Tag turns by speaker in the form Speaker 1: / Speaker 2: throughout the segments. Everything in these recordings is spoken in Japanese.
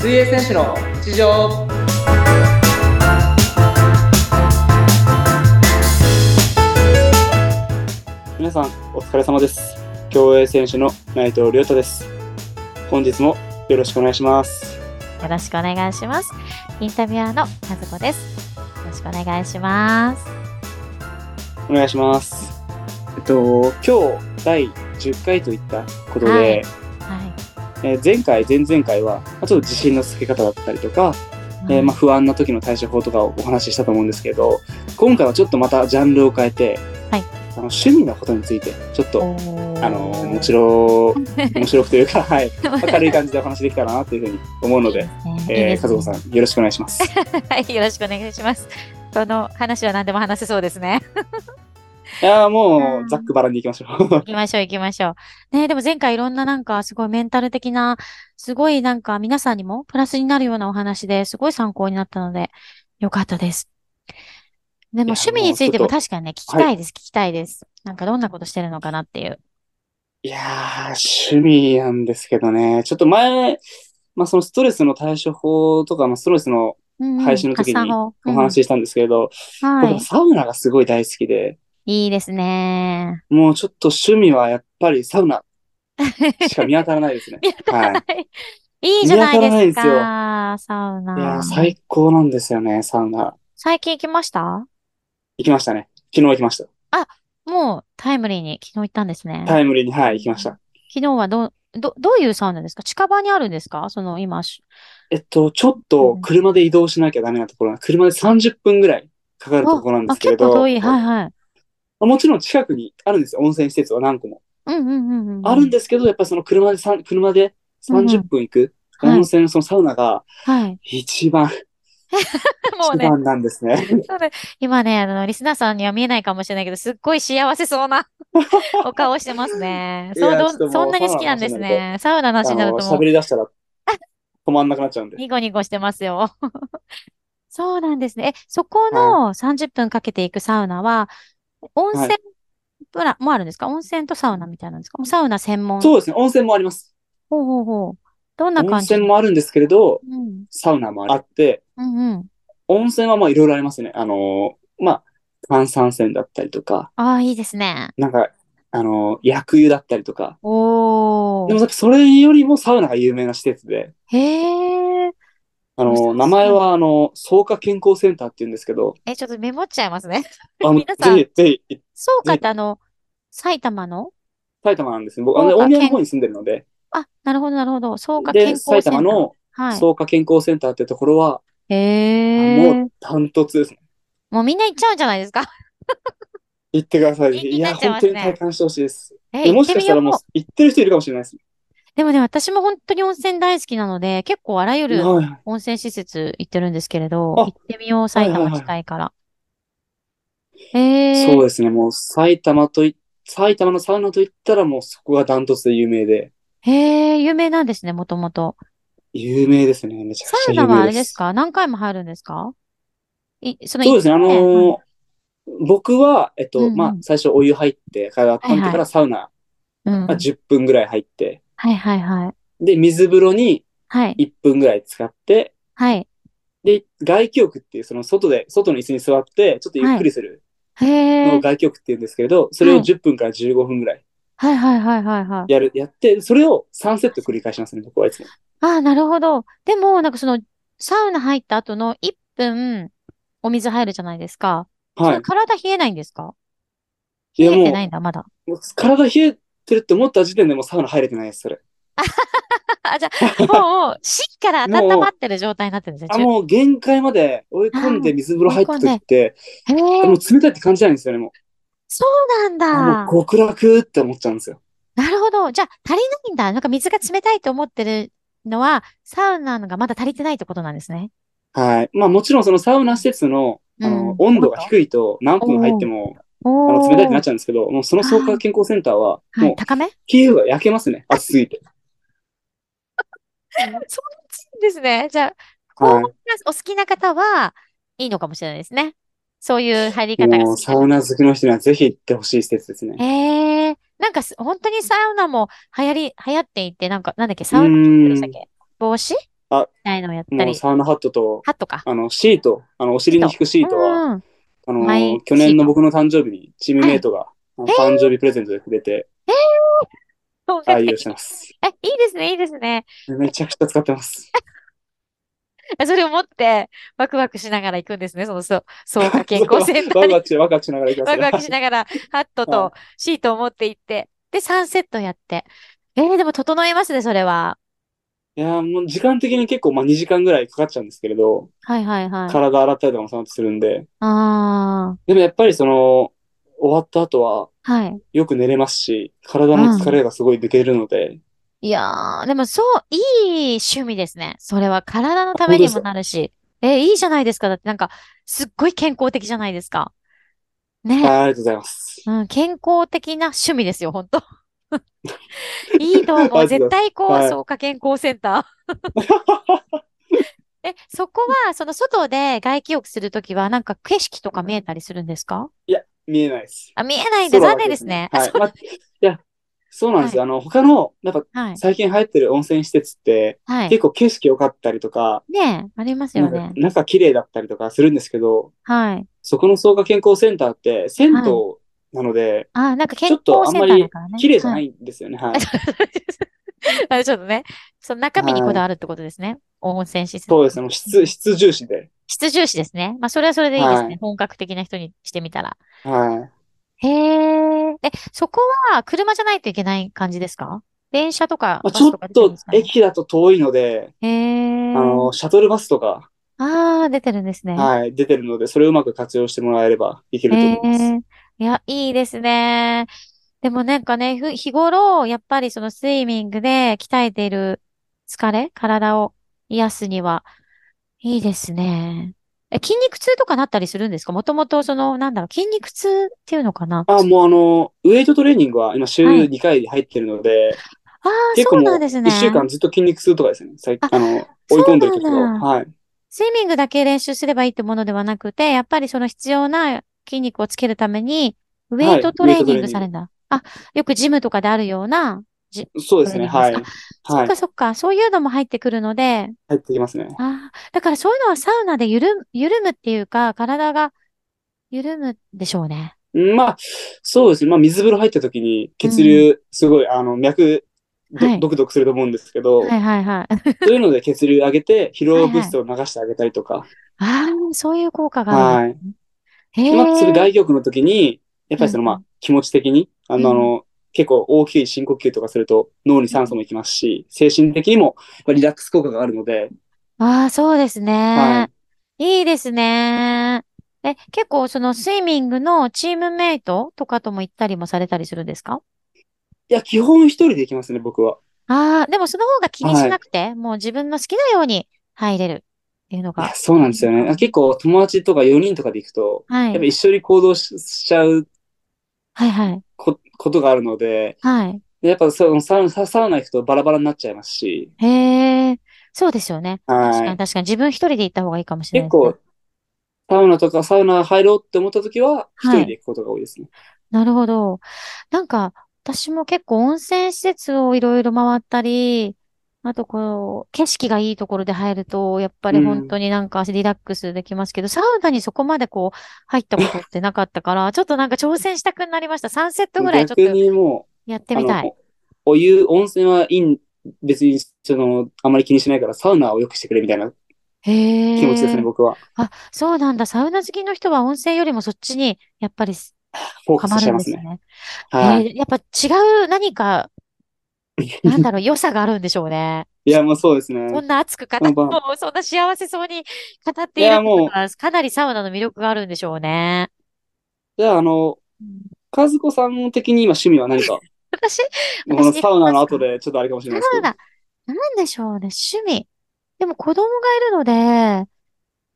Speaker 1: 選手の日常
Speaker 2: 皆さんお疲れ様です競泳選手の内藤亮太です本日もよろしくお願いします
Speaker 3: よろしくお願いします。インタビュアーの和子です。よろしくお願いします。
Speaker 2: お願いしますえっと今日第10回といったことで、
Speaker 3: はいは
Speaker 2: えー前回前々回はまあちょっと自信のつけ方だったりとか、
Speaker 3: い。
Speaker 2: えーまあ、不安な時の対処法とかをお話ししたと思うんですけど今回はちょっとまたジャンルを変えて、
Speaker 3: はい
Speaker 2: あの趣味のことについてちょっと
Speaker 3: おー
Speaker 2: あの面白面白くというか、はい、 明るい感じでお話できたらなというふうに思うので、
Speaker 3: いい
Speaker 2: えー、
Speaker 3: です
Speaker 2: 和
Speaker 3: ね
Speaker 2: 子さんよろしくお願いします。
Speaker 3: はい、よろしくお願いします。この話は何でも話せそうですね。
Speaker 2: いやーも
Speaker 3: う
Speaker 2: うんざっくばらんにいきましょう
Speaker 3: 行。きましょう、行きましょう。ねえでも前回いろんななんかすごいメンタル的な、すごいなんか皆さんにもプラスになるようなお話ですごい参考になったので、よかったです。でも
Speaker 2: いや
Speaker 3: 趣味について
Speaker 2: も
Speaker 3: も
Speaker 2: うちょ
Speaker 3: 確かにね、聞きたいです、聞きたいです。なんかどんなことしてるのかなっていう。
Speaker 2: いやー、趣味なんですけどね、ちょっと前、まあ、そのストレスの対処法とか、まあ、ストレスの
Speaker 3: うんうん
Speaker 2: 配信の時に
Speaker 3: 発散法う
Speaker 2: お
Speaker 3: ん
Speaker 2: 話ししたんですけれど、
Speaker 3: は
Speaker 2: 僕
Speaker 3: い
Speaker 2: は。サウナがすごい大好きで、
Speaker 3: いいですね。
Speaker 2: もうちょっと趣味はやっぱりサウ ナしか見当たらないですね。
Speaker 3: 見当
Speaker 2: はい。
Speaker 3: いいじゃないで
Speaker 2: 見
Speaker 3: す
Speaker 2: 当た
Speaker 3: か。サウ
Speaker 2: いやー
Speaker 3: ナ。
Speaker 2: 最高なんですよね、サウナ。
Speaker 3: 最近行きました
Speaker 2: 行きましたね。昨日行きました。
Speaker 3: もうタイムリーに昨日行ったんですね。
Speaker 2: タイムリーに、はい、行きました。
Speaker 3: 昨日はどう、ど、どういうサウナですか近場にあるんですかその今し、
Speaker 2: えっと、ちょっと車で移動しなきゃダメなところな、車で30分ぐらいかかるところなんで
Speaker 3: あ、
Speaker 2: すけれ
Speaker 3: 結
Speaker 2: ど、
Speaker 3: 構遠い。はいはい。
Speaker 2: まあもちろん近くにあるんですよ、温泉施設は何個も。
Speaker 3: うんうんうんうんうん。
Speaker 2: あるんですけど、やっぱりその車でさん、車で30分行く、
Speaker 3: うんうんはい
Speaker 2: 温泉のそのサウナが
Speaker 3: はい。
Speaker 2: 一番、
Speaker 3: もう
Speaker 2: 一
Speaker 3: ね、
Speaker 2: 番なんですね。
Speaker 3: そうね今ね、あの、リスナーさんには見えないかもしれないけど、すっごい幸せそ うなお顔してますね。
Speaker 2: い
Speaker 3: そう、
Speaker 2: やちょっとも
Speaker 3: ど、
Speaker 2: うん
Speaker 3: そんなに好きなんですね。サウナの
Speaker 2: あ
Speaker 3: 話になる
Speaker 2: の、
Speaker 3: ともう
Speaker 2: 喋り出したら止まんなくなっちゃうんで。
Speaker 3: ニコニコしてますよ。 そうなんですね。え、そこの30分かけていくサウナは、温泉プランもあるんですか温泉とサウナみたいなんですかサウナ専門。
Speaker 2: そうですね、温泉もあります。
Speaker 3: ほうほうほう。どんな
Speaker 2: 温
Speaker 3: 感じ
Speaker 2: 泉もあるんですけれど、
Speaker 3: うん。
Speaker 2: サウナもあって、
Speaker 3: うんうん。
Speaker 2: 温泉はまあいろいろありますね。あのー、まあ、炭酸泉だったりとか、
Speaker 3: ああ、いいですね。
Speaker 2: なんか、あのー、薬湯だったりとか。
Speaker 3: お
Speaker 2: でも
Speaker 3: ー。
Speaker 2: さっきそれよりもサウナが有名な施設で、
Speaker 3: へえ。
Speaker 2: あの
Speaker 3: そう
Speaker 2: ー、名前はあのー、草加健康センターって言うんですけど、
Speaker 3: え、ちょっとメモっちゃいますね。
Speaker 2: あの、ぜ
Speaker 3: 皆さん
Speaker 2: ひ、ぜひ、
Speaker 3: そうかってあの、埼玉の
Speaker 2: 埼玉なんですね。僕、あの、
Speaker 3: 草加
Speaker 2: 大宮の
Speaker 3: 健
Speaker 2: 方に住んでるので、
Speaker 3: あ、なるほど、なるほど。そうか、健
Speaker 2: で、
Speaker 3: 康セン
Speaker 2: 埼
Speaker 3: ター。
Speaker 2: 玉の
Speaker 3: はい。
Speaker 2: 草加健康センターってところは、
Speaker 3: へえ。
Speaker 2: もうダントツですね。
Speaker 3: もうみんな行っちゃうんじゃないですか
Speaker 2: 行ってください。
Speaker 3: 人気
Speaker 2: い
Speaker 3: にな
Speaker 2: や、
Speaker 3: っちゃい
Speaker 2: 本
Speaker 3: ま
Speaker 2: 当
Speaker 3: す
Speaker 2: に
Speaker 3: ね
Speaker 2: 体感してほしいです。
Speaker 3: え、
Speaker 2: で
Speaker 3: 行
Speaker 2: も
Speaker 3: っ
Speaker 2: してか
Speaker 3: み
Speaker 2: した
Speaker 3: よ
Speaker 2: ら
Speaker 3: う。
Speaker 2: もう、行ってる人いるかもしれないです。
Speaker 3: でもね、私も本当に温泉大好きなので、結構あらゆる
Speaker 2: はいはい。
Speaker 3: 温泉施設行ってるんですけれど、
Speaker 2: あ
Speaker 3: 行ってみよう、埼
Speaker 2: はいは
Speaker 3: 玉
Speaker 2: いはい
Speaker 3: 近いから。ええ
Speaker 2: そうですね、もう埼玉とい、埼玉のサウナといったらもうそこがダントツで有名で、
Speaker 3: へえ、有名なんですね、もともと。
Speaker 2: 有名ですね。めちゃく
Speaker 3: サ
Speaker 2: ちゃ
Speaker 3: ウ
Speaker 2: 有
Speaker 3: ナはあ
Speaker 2: 名
Speaker 3: れ
Speaker 2: で
Speaker 3: です
Speaker 2: す。
Speaker 3: か何回も入るんですかい、その、
Speaker 2: そうですね、あのー僕は、えっと、
Speaker 3: うんうん
Speaker 2: まあ、最初お湯入って、体温めて
Speaker 3: はい
Speaker 2: か
Speaker 3: は
Speaker 2: らサウナ、
Speaker 3: うん。
Speaker 2: まあ、10分ぐらい入って、
Speaker 3: はいはいはい。
Speaker 2: で、水風呂に
Speaker 3: はい。
Speaker 2: 1分ぐらい使って、
Speaker 3: はい。
Speaker 2: で、外気浴っていう、その外で、外の椅子に座って、ちょっとゆっくりする
Speaker 3: へ
Speaker 2: のを
Speaker 3: え。
Speaker 2: 外気浴っていうんですけれど、それを
Speaker 3: はい
Speaker 2: 10分から15分ぐらい
Speaker 3: はいはいはいはいはい。
Speaker 2: やる、やって、それを3セット繰り返しますね、僕はいつも。
Speaker 3: ああ、なるほど。でも、なんかその、サウナ入った後の1分、お水入るじゃないですか。そ
Speaker 2: は
Speaker 3: れ
Speaker 2: い。
Speaker 3: 体冷えないんですか
Speaker 2: い
Speaker 3: 冷
Speaker 2: や
Speaker 3: え
Speaker 2: も
Speaker 3: て
Speaker 2: う
Speaker 3: ないんだ、まだ。
Speaker 2: もう体冷えてるって思った時点でもうサウナ入れてないです、それ。
Speaker 3: あ、じゃあ、もう、芯から
Speaker 2: もう
Speaker 3: 温まってる状態になってるんです
Speaker 2: あ、
Speaker 3: ね。
Speaker 2: もう限界まで追い込んで水風呂入った時って、
Speaker 3: 中へえ
Speaker 2: もう冷たいって感じじゃないんですよね、もう。
Speaker 3: そうな
Speaker 2: あ
Speaker 3: んだ。
Speaker 2: もう極楽って思っちゃうんですよ。
Speaker 3: なるほど。じゃあ、足りないんだ。なんか水が冷たいと思ってるのは、サウナのがまだ足りてないってことなんですね。
Speaker 2: はい。まあもちろんそのサウナ施設の、あの、
Speaker 3: うん
Speaker 2: 温度が低いと何分入っても、あ
Speaker 3: お
Speaker 2: の、冷たくなっ
Speaker 3: ー。
Speaker 2: ちゃうんですけど、もうその創価健康センターは、
Speaker 3: は
Speaker 2: も
Speaker 3: い、
Speaker 2: う
Speaker 3: 高め
Speaker 2: 皮膚が焼けますね、暑すぎて。
Speaker 3: そうなんですね。じゃあ、高温
Speaker 2: は
Speaker 3: がお好きな方は、いいのかもしれないですね。そういう入り
Speaker 2: い。
Speaker 3: 方が
Speaker 2: も
Speaker 3: 好
Speaker 2: う
Speaker 3: き
Speaker 2: サウナ好きの人にはぜひ行ってほしい施設ですね。
Speaker 3: へえ、なんかす本当にサウナも流行り、流行っていて、なんか、なんだっけ、サ
Speaker 2: う
Speaker 3: ウナキックでした
Speaker 2: ー
Speaker 3: っ
Speaker 2: ん。
Speaker 3: け帽子
Speaker 2: あ
Speaker 3: みたいのをやった
Speaker 2: も
Speaker 3: り
Speaker 2: う、サウナハットと、
Speaker 3: ハットか。
Speaker 2: あの、シート、あの、お尻に引くシートは、
Speaker 3: うん。
Speaker 2: あの
Speaker 3: マイシート
Speaker 2: 去年の僕の誕生日にチームメイトが、あの誕生日プレゼントでくれて
Speaker 3: そうです
Speaker 2: 愛
Speaker 3: ね
Speaker 2: 用してます。
Speaker 3: え、いいですね、いいですね。
Speaker 2: めちゃくちゃ使ってます。
Speaker 3: えそれを持って、ワクワクしながら行くんですね、その、そう、そうか健 康センター
Speaker 2: ワク
Speaker 3: に。
Speaker 2: ワクし、ワクワクしながら行きます
Speaker 3: ワ
Speaker 2: ね
Speaker 3: クワクしながら、ハットとシートを持って行って、で、3セットやって。えー、でも整えますね、それは。
Speaker 2: いやーもう時間的に結構、まあ2時間ぐらいかかっちゃうんですけれど、
Speaker 3: はいはいはい。
Speaker 2: 体洗ったりとかもその後するんで。
Speaker 3: あ
Speaker 2: でもやっぱりその、終わった後は、
Speaker 3: あ、はい。
Speaker 2: よく寝れますし、体の疲れがすごい出てるので、
Speaker 3: いやー、でもそう、いい趣味ですね。それは体のためにもなるし。え、いいじゃないですか。だってなんか、すっごい健康的じゃないですか。ね。
Speaker 2: はいありがとうございます。
Speaker 3: うん、健康的な趣味ですよ、本当 いいと思
Speaker 2: あ
Speaker 3: う。
Speaker 2: りがと
Speaker 3: 絶
Speaker 2: うご
Speaker 3: 対こう、
Speaker 2: はい
Speaker 3: そうか、健康センター。 え、そこは、その外で外気浴するときは、なんか景色とか見えたりするんですか
Speaker 2: 見えないです。
Speaker 3: あ、見えないんで
Speaker 2: 空
Speaker 3: 残
Speaker 2: は
Speaker 3: 念ですね。
Speaker 2: はい。まあいや、そうなんですよ。あの、他の、やっぱ
Speaker 3: はい。
Speaker 2: 最近流行ってる温泉施設って、
Speaker 3: はい。
Speaker 2: 結構景色良かったりとか、
Speaker 3: ねえ、あります
Speaker 2: な
Speaker 3: よ
Speaker 2: んか
Speaker 3: ね。
Speaker 2: 中綺麗だったりとかするんですけど、
Speaker 3: はい。
Speaker 2: そこの草加健康センターって銭湯なので、
Speaker 3: あ、なんか
Speaker 2: ちょ
Speaker 3: 健
Speaker 2: っと
Speaker 3: 康
Speaker 2: あん
Speaker 3: セン
Speaker 2: ま
Speaker 3: ター
Speaker 2: り
Speaker 3: だからね。
Speaker 2: 綺麗じゃ
Speaker 3: は。
Speaker 2: ないいんですよね。はい。
Speaker 3: あちょっとね、その中身にこだわるってことですね。温泉施設。
Speaker 2: そうですね。もう質、質重視で。
Speaker 3: 質重視ですね。まあ、それはそれでいいです
Speaker 2: は
Speaker 3: ね。本格的な人にしてみたら。
Speaker 2: は
Speaker 3: へえ。え、そこは車じゃないといけない感じですか電車とか
Speaker 2: い。まあ、
Speaker 3: バ
Speaker 2: ち
Speaker 3: ス
Speaker 2: ょ
Speaker 3: とか
Speaker 2: っ
Speaker 3: 出てるん
Speaker 2: と
Speaker 3: ですかね
Speaker 2: 駅だと遠いので、
Speaker 3: へえ。
Speaker 2: あの、シャトルバスとか、
Speaker 3: ああ、出てるんですね。
Speaker 2: はい、出てるので、それをうまく活用してもらえればいけると思います。
Speaker 3: ええいや、いいですね。でもなんかね、ふ日頃、やっぱりそのスイミングで鍛えている疲れ、体を癒すには、いいですね。え、筋肉痛とかなったりするんですかもともとその、なんだろう、筋肉痛っていうのかな
Speaker 2: あ、もうあの、ウエイトトレーニングは今週
Speaker 3: はい
Speaker 2: 2回入ってるので、
Speaker 3: ああ、
Speaker 2: 結構
Speaker 3: そう
Speaker 2: も
Speaker 3: な
Speaker 2: うん
Speaker 3: です
Speaker 2: 1
Speaker 3: ね。
Speaker 2: 週間ずっと筋肉痛とかですね。最
Speaker 3: あ
Speaker 2: あの、追い込んでる時とか
Speaker 3: そうなんだ
Speaker 2: はい。
Speaker 3: スイミングだけ練習すればいいってものではなくて、やっぱりその必要な筋肉をつけるために、ウェイトトレーニングされるんだ。あ、よくジムとかであるような、じ、
Speaker 2: そうですね。
Speaker 3: トレー
Speaker 2: は
Speaker 3: ニン
Speaker 2: い
Speaker 3: グ。そ
Speaker 2: は
Speaker 3: っ
Speaker 2: い。
Speaker 3: かそっか、そういうのも入ってくるので、
Speaker 2: 入ってきますね。
Speaker 3: ああ、だからそういうのはサウナで緩む、緩むっていうか、体が緩むんでしょうね。
Speaker 2: まあ、そうですね。まあ、水風呂入った時に血流、すごい、あの、脈、
Speaker 3: は
Speaker 2: ど
Speaker 3: い
Speaker 2: ドクドクすると思うんですけど、
Speaker 3: はいはいはい。あ
Speaker 2: そういうので血流上げて、疲労物質を流してあげたりとか、
Speaker 3: あ、そういう効果がある。
Speaker 2: はい。
Speaker 3: へ
Speaker 2: でまあ、それ
Speaker 3: え。
Speaker 2: 外局の時に、やっぱりその、
Speaker 3: うん
Speaker 2: まあ、気持ち的に、あの、
Speaker 3: うん
Speaker 2: あの結構大きい深呼吸とかすると脳に酸素もいきますし、精神的にもまあリラックス効果があるので、
Speaker 3: ああ、そうです
Speaker 2: は
Speaker 3: ね
Speaker 2: い。。
Speaker 3: いいですね。え、結構そのスイミングのチームメイトとかとも行ったりもされたりするんですか
Speaker 2: いや、基本一人で行きますね、僕は。
Speaker 3: ああ、でもその方が気にしなくて、もう自分の好きなように入れるっていうの
Speaker 2: いや
Speaker 3: が。
Speaker 2: そうなんですよね。結構友達とか4人とかで行くと、
Speaker 3: は
Speaker 2: やっぱ
Speaker 3: い。
Speaker 2: 一緒に行動ししちゃう
Speaker 3: はいはい。
Speaker 2: こことがあるので、
Speaker 3: はい。
Speaker 2: でやっぱそのサウササウナ行くとバラバラになっちゃいますし、
Speaker 3: へえ、そうですよね。
Speaker 2: はい
Speaker 3: 確かに確かに自分一人で行った方がいいかもしれな
Speaker 2: 結
Speaker 3: いですね。
Speaker 2: 構、サウナとかサウナ入ろうって思った時は、一
Speaker 3: はい
Speaker 2: 人で行くことが多いですね。
Speaker 3: なるほど。なんか、私も結構温泉施設をいろいろ回ったり、あとこう、景色がいいところで入ると、やっぱり
Speaker 2: うん
Speaker 3: 本当になんかリラックスできますけど、サウナにそこまでこう、入ったことってなかったから、ちょっとなんか挑戦したくなりました。3セットぐらいちょっ
Speaker 2: 逆
Speaker 3: と
Speaker 2: にも
Speaker 3: やっ
Speaker 2: う、
Speaker 3: てみたい。
Speaker 2: の、お湯、温泉はいいん、別に、その、あまり気にしないから、サウナを良くしてくれみたいな
Speaker 3: へ
Speaker 2: 気持ちですね、
Speaker 3: え。
Speaker 2: 僕は。
Speaker 3: あ、そうなんだ。サウナ好きの人は温泉よりもそっちに、やっぱり
Speaker 2: フォー
Speaker 3: ハ
Speaker 2: カ
Speaker 3: マ
Speaker 2: スしちゃい
Speaker 3: るん
Speaker 2: ま
Speaker 3: ですす
Speaker 2: ね。
Speaker 3: ね。
Speaker 2: は
Speaker 3: え
Speaker 2: い。
Speaker 3: ーやっぱ違う 何か、なんだろう、良さがあるんでしょうね。
Speaker 2: いや、もうそうですね。
Speaker 3: そんな熱く語っ
Speaker 2: この
Speaker 3: て
Speaker 2: 場
Speaker 3: も、そんな幸せそうに語ってい
Speaker 2: い
Speaker 3: る
Speaker 2: や
Speaker 3: ってこと
Speaker 2: もう
Speaker 3: は、かなりサウナの魅力があるんでしょうね。
Speaker 2: じゃあ、あの、
Speaker 3: うん
Speaker 2: 和子さん的に今趣味は何か
Speaker 3: 私、
Speaker 2: この
Speaker 3: 私
Speaker 2: サウナの
Speaker 3: 私
Speaker 2: 後でちょっとあれかもしれ
Speaker 3: サ
Speaker 2: ないですけど。
Speaker 3: ウナ、なんでしょうね、趣味。でも子供がいるので、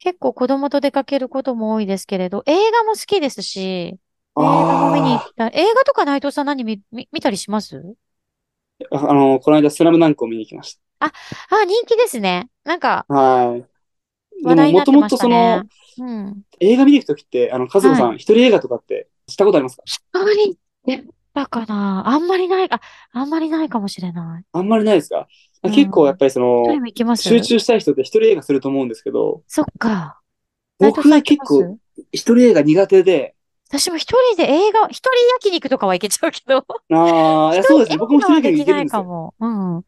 Speaker 3: 結構子供と出かけることも多いですけれど、映画も好きですし、映画も見に行
Speaker 2: あ
Speaker 3: った。映画とか内藤さん何見、見、見たりします
Speaker 2: あ、あの、この間スラムダンクを見に行きまし
Speaker 3: あ、人気ですね。なんか、
Speaker 2: た。はい。
Speaker 3: 話題に
Speaker 2: も
Speaker 3: なって
Speaker 2: と
Speaker 3: ま
Speaker 2: も
Speaker 3: し
Speaker 2: と
Speaker 3: た
Speaker 2: そ
Speaker 3: ね
Speaker 2: の。
Speaker 3: うん。
Speaker 2: 映画見に行くときって、あの、和子さん、一人映画とかってしたことありますか
Speaker 3: あまり、だったかな。あんまりない、あ、あんまりないかもしれない。
Speaker 2: あんまりないですか
Speaker 3: うん
Speaker 2: 結構やっぱりその、
Speaker 3: タイムいきます
Speaker 2: 集中したい人って一人映画すると思うんですけど、
Speaker 3: そっか。
Speaker 2: 僕は結構一人映画苦手で、
Speaker 3: 私も一人で映画、一人焼肉とかはいけちゃうけど。
Speaker 2: ああ、いやそうですね。僕も一人
Speaker 3: 映
Speaker 2: 映画
Speaker 3: 画はで
Speaker 2: 行
Speaker 3: き
Speaker 2: け
Speaker 3: な
Speaker 2: るん
Speaker 3: い
Speaker 2: です
Speaker 3: か
Speaker 2: よ。
Speaker 3: も。うん。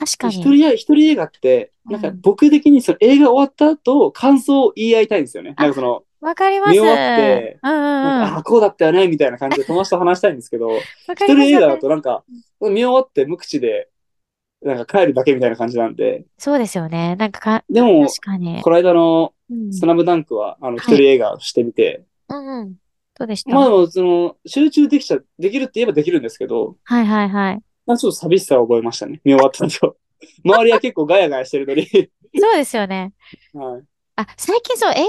Speaker 3: 確か
Speaker 2: 一
Speaker 3: に。
Speaker 2: 人映画、一人映画って、
Speaker 3: うん
Speaker 2: なんか僕的にその映画終わった後、感想を言い合いたいんですよね。
Speaker 3: あ
Speaker 2: なんかその、
Speaker 3: わかります。
Speaker 2: 見終わって
Speaker 3: うんうんうん。
Speaker 2: なんかああ、こうだったよね、みたいな感じで友達と話したいんですけど、
Speaker 3: わか
Speaker 2: 一人
Speaker 3: ります
Speaker 2: 映画だとなんか、見終わって無口で、なんか帰るだけみたいな感じなんで、
Speaker 3: そうですよね。なんかか、
Speaker 2: でも
Speaker 3: 確、かに。
Speaker 2: この間の
Speaker 3: うん
Speaker 2: スナムダンクは、あの、
Speaker 3: はい
Speaker 2: 一人映画をしてみて、
Speaker 3: うんうん。どうでした
Speaker 2: まあでも、その、集中できちゃ、できるって言えばできるんですけど、
Speaker 3: はいはいはい。
Speaker 2: まあちょっと寂しさを覚えましたね。見終わった後。 周りは結構ガヤガヤしてるのに。
Speaker 3: そうですよね。
Speaker 2: はい。
Speaker 3: あ、最近そう、映画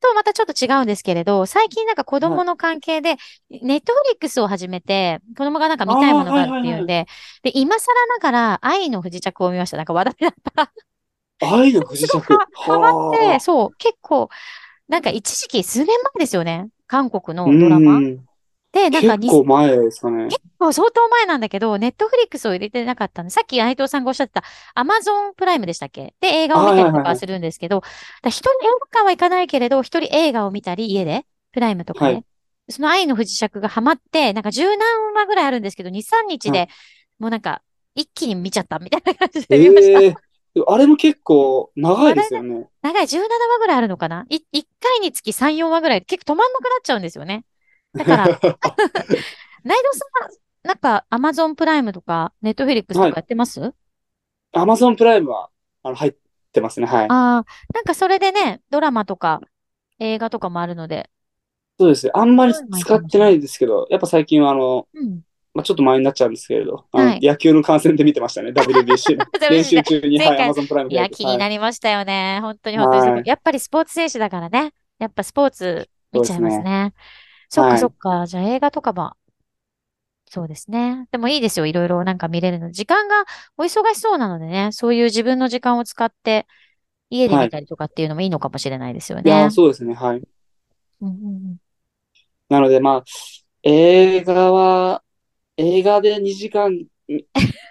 Speaker 3: とまたちょっと違うんですけれど、最近なんか子供の関係で、ネットフリックスを始めて、子供がなんか見たいものがあるっていうんで、で、今更ながら愛の不時着を見ました。なんか話題だった。
Speaker 2: 愛の不時
Speaker 3: すご
Speaker 2: 着。
Speaker 3: く ハマっ
Speaker 2: は
Speaker 3: て、
Speaker 2: あ
Speaker 3: そう、結構、なんか一時期、数年前ですよね。韓国のドラマ
Speaker 2: う。ん
Speaker 3: で、なんか
Speaker 2: 結構前ですかね。
Speaker 3: もう相当前なんだけど、ネットフリックスを入れてなかったんで、さっき内藤さんがおっしゃってた、アマゾンプライムでしたっけで、映画を見
Speaker 2: はいは
Speaker 3: たりと
Speaker 2: いはいは
Speaker 3: か
Speaker 2: い
Speaker 3: するんですけど、だから一人映画館はいかないけれど、一人映画を見たり、家で、プライムとかで、
Speaker 2: は
Speaker 3: その愛の不時着がハマって、なんか十何話ぐらいあるんですけど、2、3日で、
Speaker 2: は
Speaker 3: もうなんか、一気に見ちゃったみたいな感じで
Speaker 2: え
Speaker 3: 見ました。
Speaker 2: えあれも結構長いですよね。
Speaker 3: 長い17話ぐらいあるのかない ?1 回につき3、4話ぐらい、結構止まんなくなっちゃうんですよね。だから、内藤さんは、なんか、アマゾンプライムとか、ネットフリックスとかやってます、
Speaker 2: アマゾンプライムは、あの、入ってますね。はい。
Speaker 3: ああ、なんかそれでね、ドラマとか映画とかもあるので。
Speaker 2: そうですね。あんまり使ってないですけど、やっぱ最近はあの、
Speaker 3: うん。
Speaker 2: まあ、ちょっと前になっちゃうんですけれど、あの
Speaker 3: はい
Speaker 2: 野球の観戦で見てましたね。WBC の
Speaker 3: WBC
Speaker 2: 練習中に、
Speaker 3: 前
Speaker 2: はい、
Speaker 3: 回
Speaker 2: アマゾンプライム
Speaker 3: い
Speaker 2: で。
Speaker 3: や、気に
Speaker 2: はい
Speaker 3: なりましたよね。本当に本当にそう
Speaker 2: はい
Speaker 3: やっぱりスポーツ選手だからね。やっぱスポーツ見ちゃいますね。そ
Speaker 2: そうですね
Speaker 3: っか
Speaker 2: はい
Speaker 3: そっか。じゃあ映画とかは、そうですね。でもいいですよ。いろいろなんか見れるの。時間がお忙しそうなのでね。そういう自分の時間を使って家で見たりとかっていうのもいいのかもしれないですよ
Speaker 2: いやー、
Speaker 3: ね。
Speaker 2: そうですね。はい。
Speaker 3: うんうん
Speaker 2: なので、まあ、映画は、映画で2時間、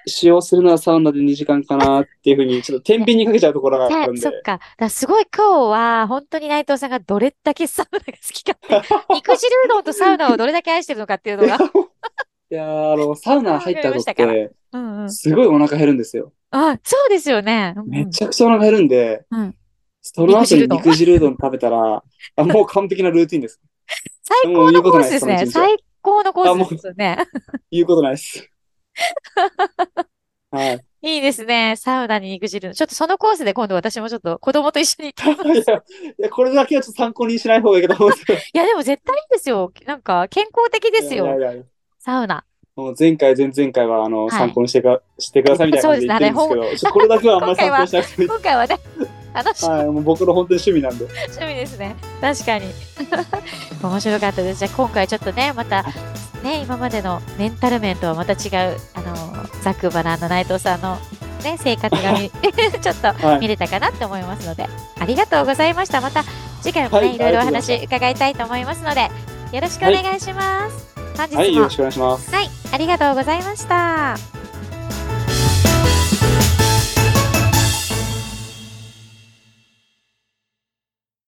Speaker 2: 使用するのはサウナで2時間かなっていうふうに、ちょっと天秤にかけちゃうところが
Speaker 3: うん。
Speaker 2: あ
Speaker 3: さ
Speaker 2: ったん
Speaker 3: そ
Speaker 2: で
Speaker 3: っ。か。だからすごい今日は本当に内藤さんがどれだけサウナが好きか 肉汁うどんとサウナをどれだけ愛してるのかっていうのが。
Speaker 2: いやーあの、サウナ入った後って、
Speaker 3: うんうん。
Speaker 2: すごいお腹減るんですよ。
Speaker 3: あ、そうですよね。うんうん
Speaker 2: めちゃくちゃお腹減るんで
Speaker 3: うん、
Speaker 2: その後に
Speaker 3: 肉
Speaker 2: 肉汁うどん食べた ら、あもう完璧なルーティンです。
Speaker 3: 最
Speaker 2: もう
Speaker 3: 高
Speaker 2: 言
Speaker 3: の
Speaker 2: うこ
Speaker 3: コ
Speaker 2: と
Speaker 3: ー
Speaker 2: ない
Speaker 3: ス
Speaker 2: で
Speaker 3: ですすね。
Speaker 2: その
Speaker 3: 最高のコースですよね。
Speaker 2: 言うことないで す。はい。
Speaker 3: いいですね。サウナに肉汁。ちょっとそのコースで今度私もちょっと子供と一緒に行ってみます。
Speaker 2: いや、いやこれだけはちょっと参考にしない方がいいかと思うんですけど。
Speaker 3: いや、でも絶対いいですよ。なんか健康的です
Speaker 2: いや
Speaker 3: よ。
Speaker 2: いやいや
Speaker 3: サウナ。
Speaker 2: もう前回、前々回は、あの、
Speaker 3: はい
Speaker 2: 参考にしてか、してくださいみたいな感じで言ってるんですけど、ちょっとこれだけはあんまり参考にしなくていい。
Speaker 3: 今回はね、楽しい
Speaker 2: はい、もう僕の本当に趣味なんで。
Speaker 3: 趣味ですね。確かに。面白かったです。じゃあ今回ちょっとね、また、ね、今までのメンタル面とはまた違う、あの、ザックバランの内藤さんの、ね、生活が 見 ちょっと
Speaker 2: はい
Speaker 3: 見れたかなって思いますので、ありがとうございました。また次回もね、
Speaker 2: はい
Speaker 3: いろいろお
Speaker 2: ありがとうござ
Speaker 3: 話
Speaker 2: い
Speaker 3: 伺いたいと思いますので、よろしくお願いします。本日も、
Speaker 2: はい、よろしくお願いします。
Speaker 3: はい、ありがとうございました。